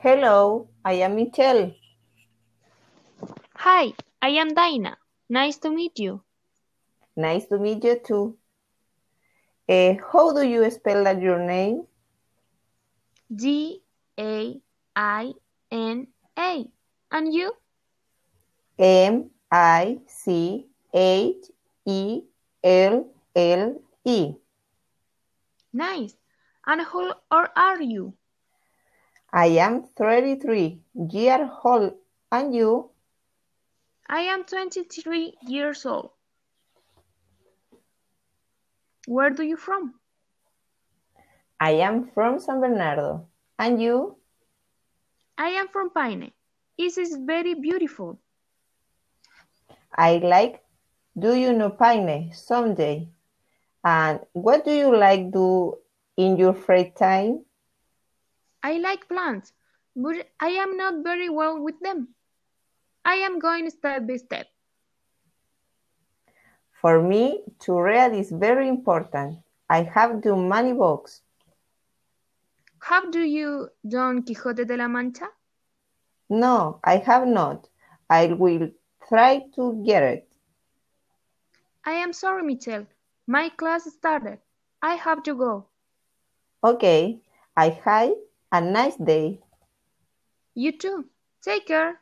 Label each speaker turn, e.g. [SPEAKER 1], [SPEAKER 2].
[SPEAKER 1] Hello, I am Michelle.
[SPEAKER 2] Hi, I am Dina. Nice to meet you.
[SPEAKER 1] Nice to meet you too. Eh, how do you spell that your name?
[SPEAKER 2] D A I N A. And you?
[SPEAKER 1] M I C H E L L E.
[SPEAKER 2] Nice. And how old are you?
[SPEAKER 1] I am 33 years old. And you?
[SPEAKER 2] I am 23 years old. Where do you from?
[SPEAKER 1] I am from San Bernardo. And you?
[SPEAKER 2] I am from Paine. It is very beautiful.
[SPEAKER 1] I like Do You Know Paine someday. And what do you like do in your free time?
[SPEAKER 2] I like plants, but I am not very well with them. I am going step by step.
[SPEAKER 1] For me, to read is very important. I have do many books.
[SPEAKER 2] Have do you Don Quixote de la Mancha?
[SPEAKER 1] No, I have not. I will try to get it.
[SPEAKER 2] I am sorry, Michelle. My class started. I have to go.
[SPEAKER 1] Okay. I have a nice day.
[SPEAKER 2] You too. Take care.